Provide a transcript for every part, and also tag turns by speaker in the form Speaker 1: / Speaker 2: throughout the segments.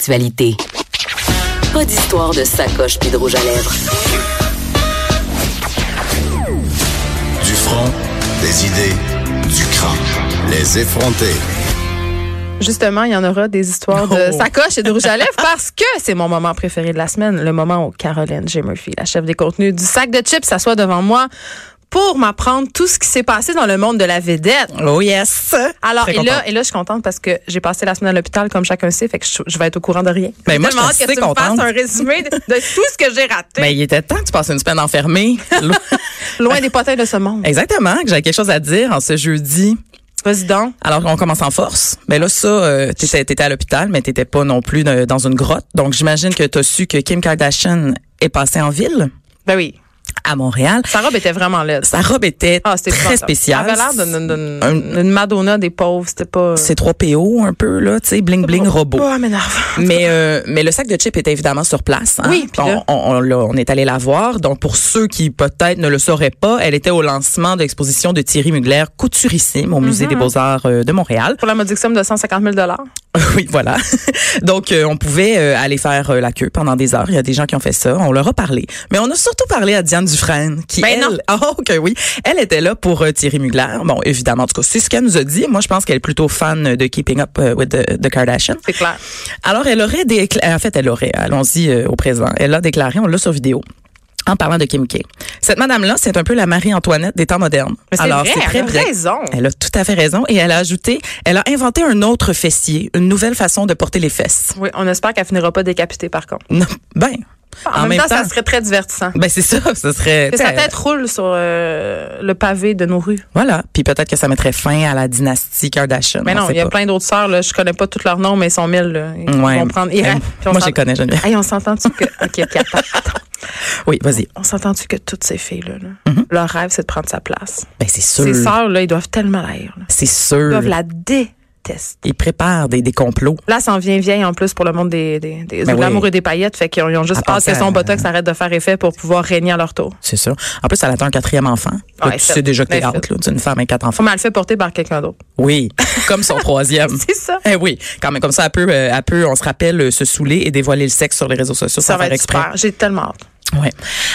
Speaker 1: l'actualité. Pas d'histoire de sacoche puis de rouge à lèvres.
Speaker 2: Du front, des idées, du crâne. Les effronter.
Speaker 3: Justement, il y en aura des histoires de
Speaker 4: Oh.
Speaker 3: sacoche et de rouge à lèvres parce que c'est mon moment préféré de la semaine, le moment où Caroline J. Murphy, la chef des contenus du sac de chips, s'assoit devant moi pour m'apprendre tout ce qui s'est passé dans le monde de la vedette.
Speaker 4: Oh yes.
Speaker 3: Alors,
Speaker 4: Très
Speaker 3: et là,
Speaker 4: contente.
Speaker 3: et là, je suis contente parce que j'ai passé la semaine à l'hôpital comme chacun sait, fait que je, je vais être au courant de rien.
Speaker 4: Ben, moi,
Speaker 3: J'ai tellement
Speaker 4: je suis
Speaker 3: hâte que tu
Speaker 4: assez
Speaker 3: me fasses
Speaker 4: contente.
Speaker 3: un résumé de, de tout ce que j'ai raté.
Speaker 4: Ben, il était temps que tu passes une semaine enfermée. Lo-
Speaker 3: Loin des potins de ce monde.
Speaker 4: Exactement, que j'avais quelque chose à dire en ce jeudi.
Speaker 3: Vas-y donc.
Speaker 4: Alors on commence en force. Mais là, ça, euh, t'étais, t'étais à l'hôpital, mais t'étais pas non plus de- dans une grotte. Donc j'imagine que t'as su que Kim Kardashian est passée en ville,
Speaker 3: Ben oui.
Speaker 4: à Montréal.
Speaker 3: Sa robe était vraiment laide.
Speaker 4: Sa robe était
Speaker 3: Ah, c'était
Speaker 4: très
Speaker 3: épouvantable.
Speaker 4: spéciale.
Speaker 3: Elle avait l'air d'une- d'une
Speaker 4: Un-
Speaker 3: d'une Madonna des pauvres. C'était pas.
Speaker 4: C'est 3 PO un peu, là, tu sais, bling bling robot.
Speaker 3: Oh, m'énerve.
Speaker 4: Mais, euh, mais le sac de chips était évidemment sur place. hein.
Speaker 3: Oui, puis
Speaker 4: on,
Speaker 3: là-
Speaker 4: on- on l'a- on est allé la voir. Donc, pour ceux qui peut-être ne le sauraient pas, elle était au lancement de l'exposition de Thierry Mugler, couturissime, au Musée
Speaker 3: Mhm.
Speaker 4: des Beaux-Arts euh, de Montréal.
Speaker 3: Pour la modique somme de 150 000
Speaker 4: oui, voilà. Donc, euh, on pouvait euh, aller faire euh, la queue pendant des heures. Il y a des gens qui ont fait ça. On leur a parlé. Mais on a surtout parlé à Diane Dufresne, qui,
Speaker 3: Ben
Speaker 4: elle,
Speaker 3: non.
Speaker 4: Ah, ok, oui. Elle était là pour euh, Thierry Mugler. Bon, évidemment, en tout cas, c'est ce qu'elle nous a dit. Moi, je pense qu'elle est plutôt fan de Keeping Up euh, with the, the Kardashians.
Speaker 3: C'est clair.
Speaker 4: Alors, elle aurait déclaré, en fait, elle aurait, allons-y euh, au présent, elle a déclaré, on l'a sur vidéo, en parlant de Kim K. Cette madame-là, c'est un peu la Marie-Antoinette des temps modernes.
Speaker 3: Mais c'est
Speaker 4: Alors,
Speaker 3: vrai,
Speaker 4: c'est très
Speaker 3: elle a
Speaker 4: vrai.
Speaker 3: raison.
Speaker 4: Elle a tout à fait raison et elle a ajouté, elle a inventé un autre fessier, une nouvelle façon de porter les fesses.
Speaker 3: Oui, on espère qu'elle finira pas décapitée, par contre.
Speaker 4: Non, ben,
Speaker 3: Ah, En, même, temps, ça serait très divertissant.
Speaker 4: ben c'est ça, ce serait.
Speaker 3: Que sa
Speaker 4: t'sais,
Speaker 3: tête roule sur euh, le pavé de nos rues.
Speaker 4: Voilà, puis peut-être que ça mettrait fin à la dynastie Kardashian.
Speaker 3: Mais
Speaker 4: on
Speaker 3: non,
Speaker 4: sait
Speaker 3: il y a
Speaker 4: pas.
Speaker 3: plein d'autres sœurs, là. Je connais pas tous leurs noms, mais ils sont mille, là. Ils
Speaker 4: Ouais.
Speaker 3: vont prendre. Ils
Speaker 4: Hey,
Speaker 3: rêvent. Puis on
Speaker 4: Moi, je
Speaker 3: s'entend-
Speaker 4: les connais, Geneviève.
Speaker 3: Hey, on s'entend-tu que. OK, OK, attends, attends.
Speaker 4: Oui, vas-y.
Speaker 3: On s'entend-tu que toutes ces filles-là, là,
Speaker 4: Mhm.
Speaker 3: leur rêve, c'est de prendre sa place?
Speaker 4: Ben, c'est
Speaker 3: Ces
Speaker 4: sûr.
Speaker 3: sœurs-là, ils doivent tellement la haïr, là.
Speaker 4: C'est
Speaker 3: Ils
Speaker 4: sûr.
Speaker 3: doivent la détester.
Speaker 4: Ils préparent des, des complots.
Speaker 3: Là, ça en vient vieille en plus pour le monde des, des, des- de
Speaker 4: Ben oui. hein.
Speaker 3: l'amour et des paillettes. Fait qu'ils ont, ils ont juste
Speaker 4: À
Speaker 3: hâte que
Speaker 4: penser
Speaker 3: son
Speaker 4: à-
Speaker 3: botox arrête de faire effet pour pouvoir régner à leur tour.
Speaker 4: C'est sûr. En plus, elle attend un quatrième enfant. Là,
Speaker 3: Ouais, Ben,
Speaker 4: tu
Speaker 3: fait.
Speaker 4: sais déjà que t'es
Speaker 3: Ouais,
Speaker 4: out,
Speaker 3: fait.
Speaker 4: là. Tu es une femme avec quatre
Speaker 3: Faut
Speaker 4: enfants.
Speaker 3: mal fait porter par quelqu'un d'autre.
Speaker 4: Oui, comme son troisième.
Speaker 3: C'est ça.
Speaker 4: Eh oui, quand même, comme ça, elle peut, euh, elle peut, on se rappelle, euh, se saouler et dévoiler le sexe sur les réseaux sociaux
Speaker 3: Ça
Speaker 4: sans
Speaker 3: va
Speaker 4: faire
Speaker 3: être
Speaker 4: exprès.
Speaker 3: super. J'ai tellement hâte.
Speaker 4: Ouais.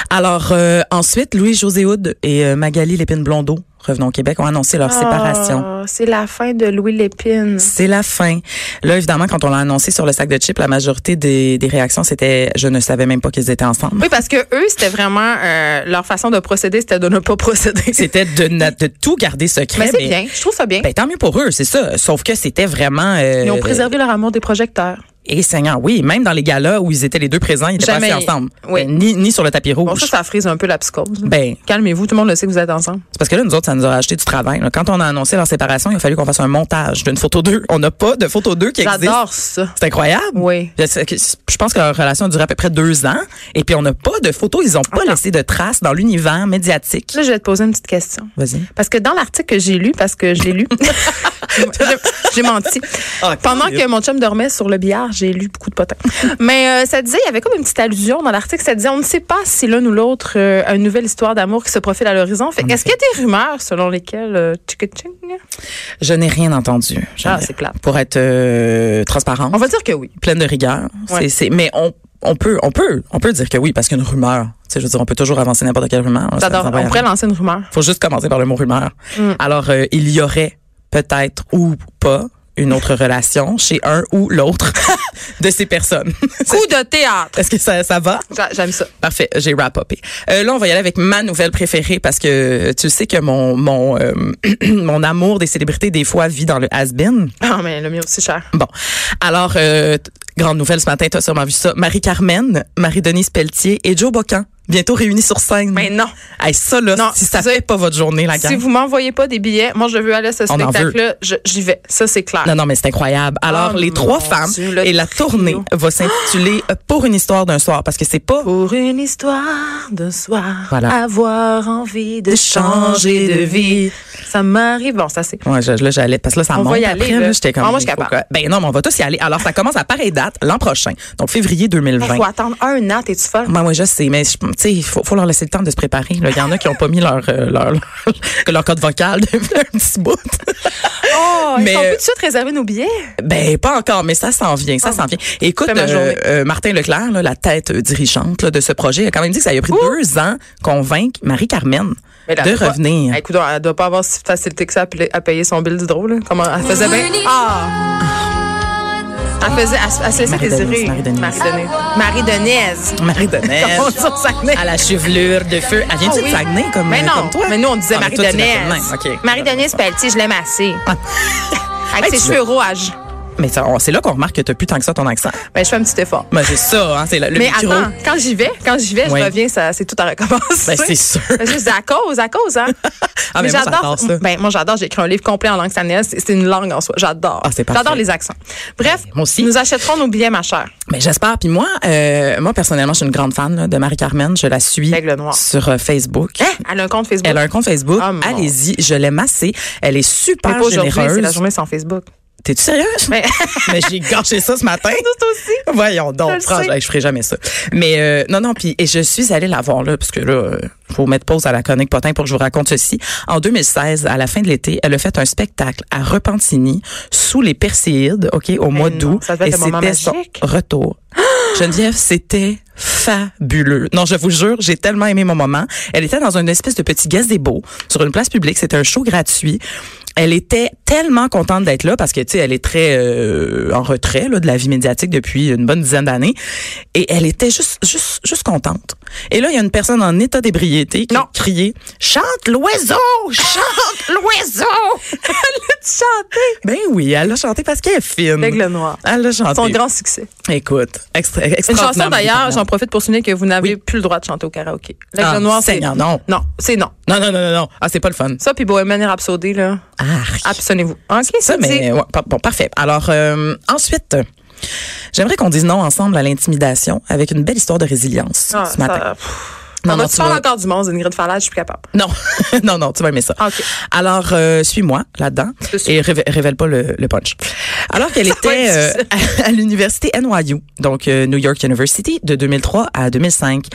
Speaker 4: Alors, euh, ensuite, Louis-José Houd et euh, Magali Lépine-Blondeau, Revenons au Québec, ont annoncé leur séparation.
Speaker 3: Ah, c'est la fin de Louis Lépine.
Speaker 4: C'est la fin. Là, évidemment, quand on l'a annoncé sur le sac de chips, la majorité des, des réactions, c'était « Je ne savais même pas qu'ils étaient ensemble
Speaker 3: Oui, parce que eux, c'était vraiment euh, leur façon de procéder, c'était de ne pas procéder. ».
Speaker 4: C'était de, na- de tout garder secret.
Speaker 3: Mais c'est bien. Je trouve ça bien.
Speaker 4: Ben, tant mieux pour eux, c'est ça. Sauf que c'était vraiment... euh,
Speaker 3: Ils ont préservé leur amour des projecteurs.
Speaker 4: Et Seigneur, oui, même dans les galas où ils étaient les deux présents, ils étaient
Speaker 3: Jamais.
Speaker 4: pas assis ensemble.
Speaker 3: Oui.
Speaker 4: Ben, ni, ni sur le tapis rouge.
Speaker 3: Bon, ça, ça frise un peu la psychose.
Speaker 4: ben,
Speaker 3: Calmez-vous, tout le monde le sait que vous êtes ensemble.
Speaker 4: c'est parce que là, nous autres, ça nous a acheté du travail. là. Quand on a annoncé leur séparation, il a fallu qu'on fasse un montage d'une photo d'eux. On n'a pas de photo d'eux qui existe.
Speaker 3: J'adore ça.
Speaker 4: C'est incroyable.
Speaker 3: Oui.
Speaker 4: Je, sais que- je pense que leur relation a duré à peu près deux ans. Et puis, on n'a pas de photos. Ils n'ont pas
Speaker 3: Attends.
Speaker 4: laissé de traces dans l'univers médiatique.
Speaker 3: Là, je vais te poser une petite question.
Speaker 4: Vas-y.
Speaker 3: Parce que dans l'article que j'ai lu, parce que je l'ai lu, j'ai- j'ai menti.
Speaker 4: Ah,
Speaker 3: Pendant
Speaker 4: curieux.
Speaker 3: que mon chum dormait sur le billard, j'ai lu beaucoup de potins. Mais euh, ça disait, il y avait comme une petite allusion dans l'article, ça disait, on ne sait pas si l'un ou l'autre euh, a une nouvelle histoire d'amour qui se profile à l'horizon. Fait, est-ce qu'il y a des rumeurs selon lesquelles... euh, tchic-tching?
Speaker 4: Je n'ai rien entendu.
Speaker 3: ah,
Speaker 4: Jamais.
Speaker 3: c'est plate.
Speaker 4: Pour être euh, transparente.
Speaker 3: On va dire que oui.
Speaker 4: pleine de rigueur.
Speaker 3: Ouais.
Speaker 4: C'est, c'est, mais on, on peut, on peut, on peut dire que oui, parce qu'une rumeur. Tu sais, je veux dire, on peut toujours avancer n'importe quelle rumeur. Ça-
Speaker 3: J'adore.
Speaker 4: ça va
Speaker 3: On
Speaker 4: y
Speaker 3: pourrait Mm.
Speaker 4: aller.
Speaker 3: lancer une rumeur.
Speaker 4: Faut juste commencer par le mot rumeur. Alors, euh, il y aurait peut-être ou pas une autre relation chez un ou l'autre de ces personnes.
Speaker 3: Coup de théâtre.
Speaker 4: Est-ce que ça, ça va?
Speaker 3: J'a- J'aime ça.
Speaker 4: Parfait, j'ai wrap-upé. Euh, là, on va y aller avec ma nouvelle préférée parce que tu sais que mon mon euh, mon amour des célébrités des fois vit dans le has-been.
Speaker 3: Ah, mais le mien aussi cher.
Speaker 4: Bon. Alors, euh, t- grande nouvelle ce matin, tu as sûrement vu ça. Marie-Carmen, Marie-Denise Pelletier et Joe Bocan, bientôt réunis sur scène.
Speaker 3: Mais non.
Speaker 4: Hey, ça, là,
Speaker 3: Non,
Speaker 4: si ça
Speaker 3: c'est-
Speaker 4: fait pas votre journée, la gang.
Speaker 3: Si vous m'envoyez pas des billets, moi, je veux aller à ce
Speaker 4: On en veut.
Speaker 3: spectacle-là. Je- J'y vais. Ça, c'est clair.
Speaker 4: Non, non, mais c'est incroyable. Alors,
Speaker 3: Oh
Speaker 4: les trois
Speaker 3: mon
Speaker 4: femmes
Speaker 3: Dieu, le
Speaker 4: et la
Speaker 3: trio. Ah! Oh.
Speaker 4: tournée va s'intituler Pour une histoire d'un soir parce que c'est pas
Speaker 3: Pour une histoire d'un soir,
Speaker 4: Voilà.
Speaker 3: avoir envie de changer de vie. Ça m'arrive. Bon, ça c'est.
Speaker 4: Ouais, je- là, j'allais, parce que là, ça
Speaker 3: On
Speaker 4: monte.
Speaker 3: va y
Speaker 4: après,
Speaker 3: aller, là.
Speaker 4: là, j'étais comme,
Speaker 3: Ah, moi, je suis
Speaker 4: il faut
Speaker 3: capable.
Speaker 4: que- Ben non, mais on va tous y aller. Alors, ça commence à pareille date l'an prochain, donc février 2020.
Speaker 3: Il faut attendre un an, t'es-tu folle?
Speaker 4: Ben, Moi, moi, je sais, mais je- tu sais, il faut, faut leur laisser le temps de se préparer. là. Il y en a qui n'ont pas mis leur, euh, leur, leur, leur code vocal depuis un petit bout.
Speaker 3: Oh,
Speaker 4: Mais,
Speaker 3: ils sont
Speaker 4: euh,
Speaker 3: plus tout de suite réservés nos billets.
Speaker 4: Ben pas encore, mais ça s'en vient, ça
Speaker 3: Ah.
Speaker 4: s'en vient. Écoute,
Speaker 3: Fais ma
Speaker 4: euh,
Speaker 3: journée.
Speaker 4: euh, Martin Leclerc, là, la tête euh, dirigeante là, de ce projet, a quand même dit que ça lui a pris deux ans convaincre Marie-Carmen
Speaker 3: Mais là,
Speaker 4: de
Speaker 3: elle doit-
Speaker 4: revenir.
Speaker 3: Eh, écoute, elle doit pas avoir si facilité que ça à, pla- à payer son bill d'hydro, là. Comment elle faisait bien? Ah! Elle faisait, elle, elle se laissait
Speaker 4: Marie-Denise,
Speaker 3: désirer.
Speaker 4: Marie-Denise.
Speaker 3: Marie-Denise. Marie-Denise.
Speaker 4: Marie de Neige.
Speaker 3: Comme on dit au Saguenay.
Speaker 4: À la chevelure de feu. Elle vient
Speaker 3: Ah
Speaker 4: de
Speaker 3: oui.
Speaker 4: Saguenay comme, euh,
Speaker 3: mais non,
Speaker 4: comme toi?
Speaker 3: Mais nous, on disait
Speaker 4: Ah, mais toi, tu l'as
Speaker 3: Marie-Denise.
Speaker 4: fait de même, ok.
Speaker 3: Marie-Denise Pelletier, je l'aime assez. Avec
Speaker 4: Hey,
Speaker 3: ses
Speaker 4: tu
Speaker 3: cheveux rouges.
Speaker 4: Mais ça, on- c'est là qu'on remarque que t'as plus tant que ça ton accent.
Speaker 3: Ben, je fais un petit effort.
Speaker 4: Ben, c'est ça, hein, c'est le, le
Speaker 3: mais
Speaker 4: micro.
Speaker 3: attends, quand j'y vais, quand j'y vais,
Speaker 4: Oui.
Speaker 3: je reviens, ça, c'est tout à recommencer.
Speaker 4: Ben, c'est sûr.
Speaker 3: Parce que je dis à cause, à cause, hein.
Speaker 4: Ah, mais moi, j'adore ça.
Speaker 3: Ben, moi, j'adore. J'ai écrit un livre complet en langue sanaise. C'est c'est une langue en soi. J'adore.
Speaker 4: Ah, c'est parfait. Ben,
Speaker 3: j'adore les accents. Bref,
Speaker 4: Moi aussi.
Speaker 3: nous achèterons nos billets, ma chère.
Speaker 4: Mais Ben, j'espère. Puis moi, euh, moi personnellement, je suis une grande fan là, de Marie-Carmen. Je la suis
Speaker 3: L'aigle noir.
Speaker 4: sur euh, Facebook.
Speaker 3: Elle a un compte Facebook.
Speaker 4: Elle a un compte Facebook.
Speaker 3: Ah, mon.
Speaker 4: Allez-y, je l'aime assez. Elle est
Speaker 3: Mais
Speaker 4: super
Speaker 3: pas aujourd'hui, c'est la
Speaker 4: généreuse.
Speaker 3: journée sans Facebook.
Speaker 4: T'es-tu sérieuse?
Speaker 3: Mais-
Speaker 4: Mais j'ai gâché ça ce matin.
Speaker 3: Tout aussi.
Speaker 4: Voyons
Speaker 3: Je
Speaker 4: donc,
Speaker 3: le
Speaker 4: franchement,
Speaker 3: sais.
Speaker 4: je ferai jamais ça. Mais euh, non, non, puis et je suis allée la voir là, parce que là, euh, faut mettre pause à la chronique potin pour que je vous raconte ceci. En 2016, à la fin de l'été, elle a fait un spectacle à Repentigny sous les Perséides, ok, au mois
Speaker 3: Eh non,
Speaker 4: d'août,
Speaker 3: ça devait
Speaker 4: et
Speaker 3: être un moment
Speaker 4: c'était son
Speaker 3: magique.
Speaker 4: retour. Geneviève, c'était fabuleux. Non, je vous jure, j'ai tellement aimé mon moment. Elle était dans une espèce de petit gazebo sur une place publique. C'était un show gratuit. Elle était tellement contente d'être là parce que tu sais, elle est très euh, en retrait là, de la vie médiatique depuis une bonne dizaine d'années et elle était juste juste juste contente. Et là, il y a une personne en état d'ébriété qui
Speaker 3: Non.
Speaker 4: a crié "Chante l'oiseau, chante l'oiseau."
Speaker 3: Chanter.
Speaker 4: ben oui, elle a chanté parce qu'elle est fine.
Speaker 3: L'aigle noir.
Speaker 4: Elle a chanté.
Speaker 3: Son grand succès.
Speaker 4: Écoute, extra,
Speaker 3: Une
Speaker 4: extraordinaire,
Speaker 3: chanson d'ailleurs, j'en profite pour souligner que vous n'avez
Speaker 4: Oui.
Speaker 3: plus le droit de chanter au karaoké. L'aigle
Speaker 4: Ah,
Speaker 3: noir, c'est.
Speaker 4: Seigneur, non.
Speaker 3: Non, c'est non.
Speaker 4: Non, non, non, non, non. Ah, c'est pas le fun.
Speaker 3: Ça, puis Bohemian et Rhapsody, là.
Speaker 4: Arc.
Speaker 3: Abstenez-vous. OK,
Speaker 4: Ça,
Speaker 3: Ah, c'est dit.
Speaker 4: mais ouais, par- bon, parfait. Alors, euh, ensuite, j'aimerais qu'on dise non ensemble à l'intimidation avec une belle histoire de résilience
Speaker 3: Ah,
Speaker 4: ce matin.
Speaker 3: ça- On va
Speaker 4: tu
Speaker 3: tu parles
Speaker 4: vas-
Speaker 3: encore du monde, Ingrid Fallage, je suis plus capable.
Speaker 4: non, non, non, tu vas aimer ça.
Speaker 3: Ah, OK.
Speaker 4: Alors, euh, suis-moi là-dedans
Speaker 3: Je suis.
Speaker 4: et révé- révèle pas le, le punch. Alors qu'elle
Speaker 3: va
Speaker 4: était
Speaker 3: être
Speaker 4: euh, à, à l'université NYU, donc euh, New York University, de 2003 à 2005,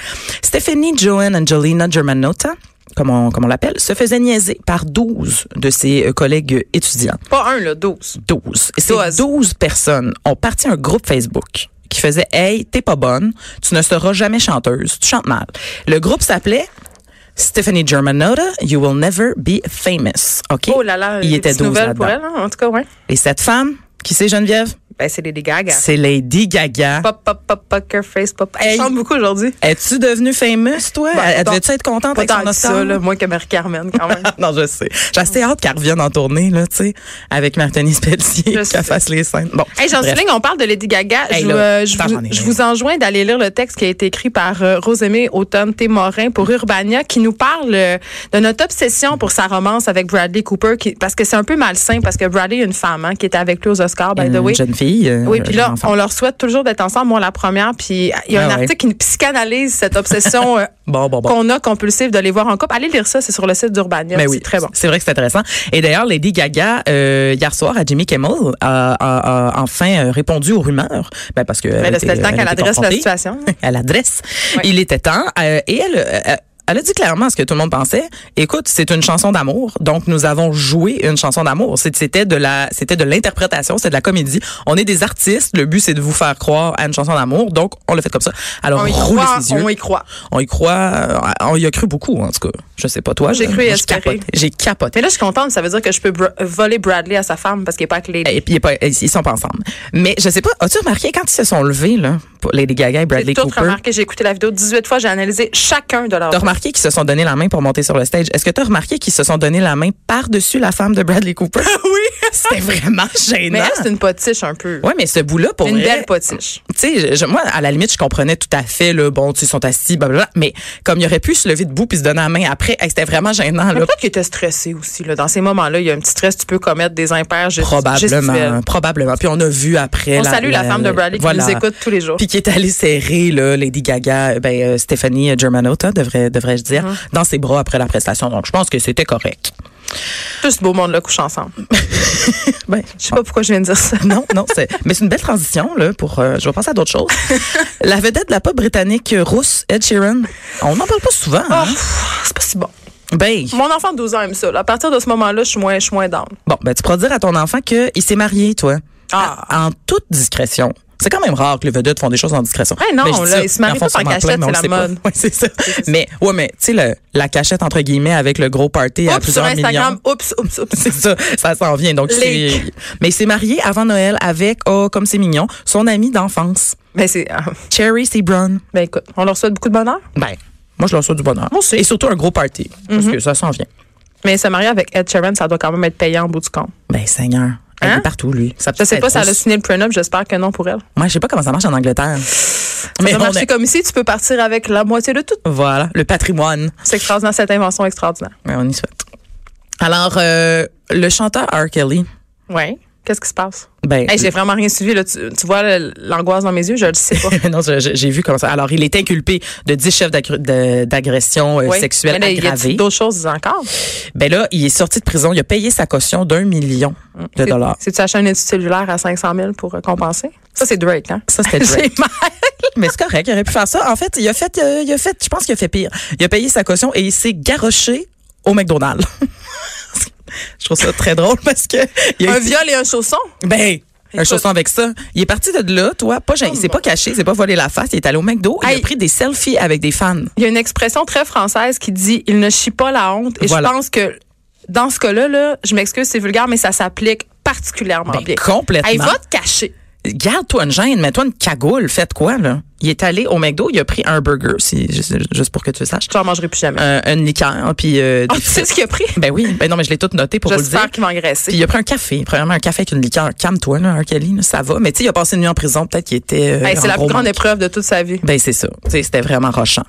Speaker 4: Stephanie Joanne Angelina Germanota, comme on, comme on l'appelle, se faisait niaiser par 12 de ses euh, collègues étudiants.
Speaker 3: Pas un, là, 12.
Speaker 4: 12. Et ces
Speaker 3: 12.
Speaker 4: 12 personnes ont parti un groupe Facebook qui faisait Hey, t'es pas bonne, tu ne seras jamais chanteuse, tu chantes mal. Le groupe s'appelait Stephanie Germanotta, You Will Never Be Famous. OK?
Speaker 3: Oh là là,
Speaker 4: Il
Speaker 3: des
Speaker 4: était
Speaker 3: petites
Speaker 4: 12
Speaker 3: nouvelles pour
Speaker 4: là-dedans.
Speaker 3: elle, hein, en tout cas, ouais.
Speaker 4: Et cette femme, qui c'est Geneviève?
Speaker 3: Ben, c'est les Gaga.
Speaker 4: C'est Lady Gaga.
Speaker 3: Pop, pop, pop, poker face, pop. Elle
Speaker 4: Hey.
Speaker 3: chante beaucoup aujourd'hui.
Speaker 4: Es-tu devenue famous, toi?
Speaker 3: Ben,
Speaker 4: Elle
Speaker 3: donc,
Speaker 4: devait-tu être contente
Speaker 3: Pas
Speaker 4: avec
Speaker 3: tant
Speaker 4: son
Speaker 3: que ça,
Speaker 4: Oscar?
Speaker 3: là, moins que Marie-Carmen, quand même.
Speaker 4: non, je sais. J'ai assez hâte qu'elle revienne en tournée, là, tu sais, avec Martine Pelletier,
Speaker 3: Je sais.
Speaker 4: qu'elle fasse les scènes. Bon.
Speaker 3: Hey, j'en
Speaker 4: bref.
Speaker 3: souligne, on parle de Lady Gaga.
Speaker 4: Hey,
Speaker 3: je,
Speaker 4: là,
Speaker 3: vous, euh, je
Speaker 4: attends,
Speaker 3: vous-
Speaker 4: j'en ai
Speaker 3: je
Speaker 4: rien.
Speaker 3: vous enjoins d'aller lire le texte qui a été écrit par euh, Rosemée automne Morin pour Urbania, qui nous parle euh, de notre obsession pour sa romance avec Bradley Cooper, qui- parce que c'est un peu malsain, parce que Bradley est une femme hein, qui était avec lui aux Oscars, by the way.
Speaker 4: Une jeune fille. euh,
Speaker 3: Oui, puis
Speaker 4: jeune
Speaker 3: là,
Speaker 4: enfant.
Speaker 3: on leur souhaite toujours d'être ensemble, moi la première. Puis il y a
Speaker 4: Ah
Speaker 3: un
Speaker 4: ouais.
Speaker 3: article qui nous psychanalyse cette obsession euh,
Speaker 4: Bon, bon, bon.
Speaker 3: qu'on a compulsive de les voir en couple. Allez lire ça, c'est sur le site d'Urbania.
Speaker 4: Mais
Speaker 3: c'est
Speaker 4: oui,
Speaker 3: très bon.
Speaker 4: C'est vrai que c'est intéressant. Et d'ailleurs, Lady Gaga, euh, hier soir, à Jimmy Kimmel, a, a- a enfin euh, répondu aux rumeurs. Ben, parce que
Speaker 3: Mais
Speaker 4: elle
Speaker 3: là, c'était le
Speaker 4: était-
Speaker 3: temps
Speaker 4: elle
Speaker 3: qu'elle
Speaker 4: était
Speaker 3: adresse la
Speaker 4: confrontée.
Speaker 3: situation.
Speaker 4: Elle adresse.
Speaker 3: Ouais.
Speaker 4: Il était temps. euh, et elle, euh, euh, elle a dit clairement ce que tout le monde pensait. Écoute, c'est une chanson d'amour, donc nous avons joué une chanson d'amour. C'est- C'était de la, c'était de l'interprétation, c'est de la comédie. On est des artistes. Le but c'est de vous faire croire à une chanson d'amour, donc on le fait comme ça. Alors
Speaker 3: On y
Speaker 4: roulez
Speaker 3: croit,
Speaker 4: ses yeux.
Speaker 3: on y croit.
Speaker 4: On y croit, euh, on y a cru beaucoup, en tout cas. Je sais pas toi.
Speaker 3: J'ai
Speaker 4: je-
Speaker 3: cru
Speaker 4: moi,
Speaker 3: et
Speaker 4: j'ai
Speaker 3: espéré.
Speaker 4: capoté. J'ai capoté.
Speaker 3: Mais là, je suis contente. Ça veut dire que je peux br- voler Bradley à sa femme parce qu'il n'est pas avec les.
Speaker 4: Et puis, il est pas- ils sont pas ensemble. Mais je sais pas, as-tu remarqué quand ils se sont levés, là, pour Lady Gaga et
Speaker 3: J'ai
Speaker 4: Bradley
Speaker 3: tout
Speaker 4: Cooper?
Speaker 3: remarqué. J'ai écouté la vidéo 18 fois. J'ai analysé chacun de leurs.
Speaker 4: T'as remarqué qu'ils se sont donné la main pour monter sur le stage. Est-ce que t'as remarqué qu'ils se sont donné la main par-dessus la femme de Bradley Cooper? oui! C'était vraiment
Speaker 3: Mais
Speaker 4: gênant.
Speaker 3: elle, c'est une potiche un peu.
Speaker 4: Ouais, mais ce bout-là, pour
Speaker 3: une
Speaker 4: vrai, Ah,
Speaker 3: belle potiche.
Speaker 4: tu sais, je- je- moi, à la limite, je comprenais tout à fait, là, bon, tu sais, ils sont assis, blablabla, mais comme il aurait pu se lever debout puis se donner la main après, hey, c'était vraiment gênant,
Speaker 3: Mais
Speaker 4: là.
Speaker 3: Peut-être qu'il était stressé aussi. Là. Dans ces moments-là, il y a un petit stress. Tu peux commettre des impairs gest- gestuels.
Speaker 4: Probablement, probablement. Puis on a vu après.
Speaker 3: On salue la femme de Bradley qui nous écoute tous les jours.
Speaker 4: Puis qui est allée serrer là, Lady Gaga, euh, ben euh,
Speaker 3: Uh-huh.
Speaker 4: Stephanie Germanotta, devrais devrais-je dire, dans ses bras après la prestation. Donc je pense que c'était correct.
Speaker 3: Tout ce beau monde-là couche ensemble.
Speaker 4: Ben,
Speaker 3: Je sais pas pourquoi je viens de dire ça.
Speaker 4: non, non, c'est, mais c'est une belle transition là. Pour, euh, je vais passer à d'autres choses. la vedette de la pop britannique euh, rousse, Ed Sheeran. On n'en parle pas souvent.
Speaker 3: Ah,
Speaker 4: Hein?
Speaker 3: pff, c'est pas si bon.
Speaker 4: Ben,
Speaker 3: Mon enfant de 12 ans aime ça. là. À partir de ce moment-là, je suis moins, je suis moins down.
Speaker 4: bon, ben tu pourras dire à ton enfant que il s'est marié, toi.
Speaker 3: Ah.
Speaker 4: À- en toute discrétion. C'est quand même rare que les vedettes font des choses en discrétion.
Speaker 3: Ouais, non,
Speaker 4: Ben, je dis
Speaker 3: là,
Speaker 4: ça,
Speaker 3: ils se marient
Speaker 4: ils en font
Speaker 3: tous en
Speaker 4: sûrement
Speaker 3: cachette,
Speaker 4: mais
Speaker 3: c'est
Speaker 4: on le
Speaker 3: la
Speaker 4: sait pas.
Speaker 3: mode.
Speaker 4: Ouais, c'est ça. Mais ouais, mais tu sais le- la cachette entre guillemets avec le gros party
Speaker 3: Oups,
Speaker 4: à
Speaker 3: sur
Speaker 4: plusieurs millions.
Speaker 3: Instagram, oups, oups, oups.
Speaker 4: C'est ça, ça s'en vient. Donc,
Speaker 3: Leak.
Speaker 4: c'est- mais il s'est marié avant Noël avec, oh, comme c'est mignon, son ami d'enfance,
Speaker 3: Ben, c'est. ah,
Speaker 4: Cherry Sebron.
Speaker 3: Ben, écoute, on leur souhaite beaucoup de bonheur.
Speaker 4: Ben, moi, je leur souhaite du bonheur.
Speaker 3: Moi aussi. Mm-hmm.
Speaker 4: Et surtout un gros party, parce que ça s'en vient.
Speaker 3: Mais se marier avec Ed Sheeran, ça doit quand même être payant au bout du compte.
Speaker 4: Ben, Seigneur. Elle
Speaker 3: Hein?
Speaker 4: est partout, lui. Ça
Speaker 3: Je sais pas si elle a signé le prenup, j'espère que non pour elle.
Speaker 4: Moi, je sais pas comment ça marche en Angleterre.
Speaker 3: Ça
Speaker 4: on
Speaker 3: marche
Speaker 4: est-
Speaker 3: comme ici, tu peux partir avec la moitié de tout.
Speaker 4: Voilà, le patrimoine.
Speaker 3: C'est extraordinaire, cette invention extraordinaire.
Speaker 4: Ouais, on y souhaite. Alors, euh, le chanteur R. Kelly.
Speaker 3: Oui. Qu'est-ce qui se passe?
Speaker 4: Ben,
Speaker 3: Hey, j'ai vraiment rien suivi. Là. Tu, tu vois le- l'angoisse dans mes yeux, je le sais pas.
Speaker 4: non, je- je- j'ai vu comment ça. Alors, il est inculpé de 10 chefs d'aggr- de- d'agression euh,
Speaker 3: Oui.
Speaker 4: sexuelle
Speaker 3: Mais là, y a-t-il
Speaker 4: aggravée.
Speaker 3: d'autres choses encore?
Speaker 4: Ben là, il est sorti de prison. Il a payé sa caution d'un million de dollars.
Speaker 3: Si tu achètes un étui cellulaire à 500 000 pour euh, compenser. Ça, c'est Drake, hein?
Speaker 4: Ça, c'était Drake.
Speaker 3: J'ai mal.
Speaker 4: Mais c'est correct, il aurait pu faire ça. En fait, il a fait, euh, il a fait, je pense qu'il a fait pire. Il a payé sa caution et il s'est garoché au McDonald's. je trouve ça très drôle parce que il a
Speaker 3: Un
Speaker 4: été-
Speaker 3: viol et un chausson?
Speaker 4: Ben, un
Speaker 3: Écoute.
Speaker 4: chausson avec ça. Il est parti de là, toi. Pas, gêné. il s'est pas caché, il s'est pas volé la face. Il est allé au McDo. Il
Speaker 3: Hey.
Speaker 4: a pris des selfies avec des fans.
Speaker 3: Il y a une expression très française qui dit il ne chie pas la honte. Et
Speaker 4: Voilà.
Speaker 3: je pense que dans ce cas-là, là, je m'excuse, c'est vulgaire, mais ça s'applique particulièrement
Speaker 4: Ben,
Speaker 3: bien.
Speaker 4: complètement.
Speaker 3: Hey, va te cacher.
Speaker 4: Garde-toi une gêne, mets-toi une cagoule. Faites quoi, là? Il est allé au McDo, il a pris un burger, si, juste, juste pour que tu le saches.
Speaker 3: Je n'en mangerai plus jamais.
Speaker 4: Un- une liqueur, puis euh,
Speaker 3: Oh,
Speaker 4: des
Speaker 3: tu sais
Speaker 4: frites.
Speaker 3: ce qu'il a pris?
Speaker 4: Ben oui, ben non, mais je l'ai tout noté pour vous le dire.
Speaker 3: J'espère qu'il va engraisser.
Speaker 4: Puis il a pris un café. Premièrement, un café avec une liqueur. Calme-toi, là, R. Kelly, là, ça va. Mais tu sais, il a passé une nuit en prison. Peut-être qu'il était. euh,
Speaker 3: Hey,
Speaker 4: en
Speaker 3: c'est la
Speaker 4: gros
Speaker 3: plus grande
Speaker 4: manque.
Speaker 3: épreuve de toute sa vie.
Speaker 4: Ben, c'est ça. Tu sais, c'était vraiment rochant.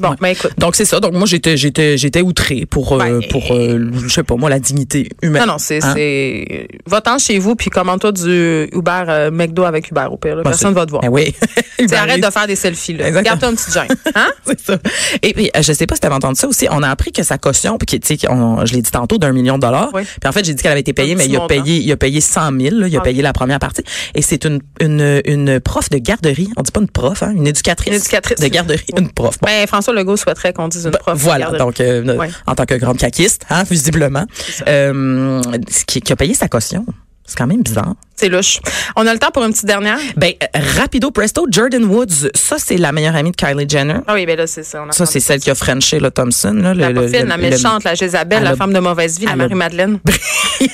Speaker 3: Bon,
Speaker 4: Ouais.
Speaker 3: ben écoute.
Speaker 4: Donc, c'est ça. Donc, moi, j'étais, j'étais, j'étais outré pour, euh,
Speaker 3: Ben,
Speaker 4: pour, euh, je sais pas, moi, la dignité humaine.
Speaker 3: Non, non, c'est.
Speaker 4: Hein?
Speaker 3: c'est- Va-t'en chez vous, puis commande-toi du Uber, euh, McDo avec Uber au pire. là.
Speaker 4: Ben,
Speaker 3: Personne
Speaker 4: c'est-
Speaker 3: va te voir.
Speaker 4: Ben oui.
Speaker 3: Tu sais, arrête de faire des selfies. là.
Speaker 4: Exactement.
Speaker 3: Garde-toi un petit joint. Hein?
Speaker 4: C'est ça. Et puis, euh, je sais pas si t'avais entendu ça aussi. On a appris que sa caution, puis qui, tu sais, qu'on- je l'ai dit tantôt, d'un million de dollars.
Speaker 3: Oui.
Speaker 4: Puis en fait, j'ai dit qu'elle avait été payée,
Speaker 3: Un
Speaker 4: mais
Speaker 3: petit
Speaker 4: il a
Speaker 3: montant.
Speaker 4: payé, il a payé 100 000. là. il a
Speaker 3: Ah.
Speaker 4: payé la première partie. Et c'est une, une, une prof de garderie. On dit pas une prof, hein, une éducatrice.
Speaker 3: Une éducatrice.
Speaker 4: De garderie,
Speaker 3: Oui.
Speaker 4: une prof. Bon.
Speaker 3: Ben, François Legault souhaiterait qu'on dise une
Speaker 4: Bah,
Speaker 3: prof.
Speaker 4: voilà,
Speaker 3: Regarde.
Speaker 4: donc euh,
Speaker 3: Ouais.
Speaker 4: en tant que grande caquiste, hein, visiblement, euh, qui, qui a payé sa caution. C'est quand même bizarre.
Speaker 3: C'est louche. On a le temps pour une petite dernière?
Speaker 4: Ben, euh, rapido presto, Jordan Woods, ça c'est la meilleure amie de Kylie Jenner.
Speaker 3: Ah oui, ben là, c'est ça. on a
Speaker 4: Ça
Speaker 3: entendu.
Speaker 4: c'est celle qui a frenché le Thompson, là, le,
Speaker 3: La
Speaker 4: le-
Speaker 3: porfine,
Speaker 4: le-
Speaker 3: la
Speaker 4: le-
Speaker 3: méchante, la Jézabel,
Speaker 4: Elle
Speaker 3: la
Speaker 4: a-
Speaker 3: femme de mauvaise vie, la
Speaker 4: elle a-
Speaker 3: Marie-Madeleine.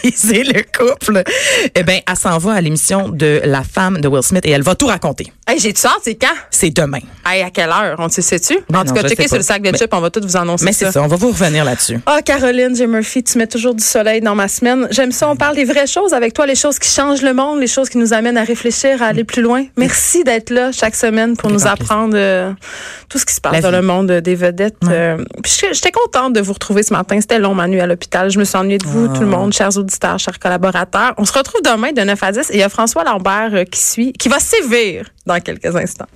Speaker 4: briser le couple. Eh ben, elle s'en va à l'émission de la femme de Will Smith et elle va tout raconter.
Speaker 3: Hey, j'ai-tu hâte, c'est quand?
Speaker 4: C'est demain.
Speaker 3: Hey, à quelle heure? On te sait-tu?
Speaker 4: Ben
Speaker 3: en tout
Speaker 4: non,
Speaker 3: cas,
Speaker 4: je
Speaker 3: checkez
Speaker 4: sais
Speaker 3: sur
Speaker 4: pas.
Speaker 3: le sac de
Speaker 4: Mais-
Speaker 3: chips, on va tout vous annoncer
Speaker 4: Mais c'est ça, on va vous revenir là-dessus.
Speaker 3: Ah, Caroline J. Murphy, tu mets toujours du soleil dans ma semaine. J'aime ça, on parle des vraies choses avec toi, les choses qui changent le monde, les choses qui nous amènent à réfléchir, à aller plus loin. Merci d'être là chaque semaine pour nous
Speaker 4: Mm. grand
Speaker 3: apprendre euh, tout ce qui se passe
Speaker 4: La
Speaker 3: dans
Speaker 4: vie.
Speaker 3: le monde euh, des vedettes. Euh, puis j'étais- J'étais contente de vous retrouver ce matin. C'était long, Manu, à l'hôpital. Je me suis ennuyée de vous,
Speaker 4: Ah.
Speaker 3: tout le monde, chers auditeurs, chers collaborateurs. On se retrouve demain de 9 à 10 et il y a François Lambert euh, qui suit, qui va sévir dans quelques instants.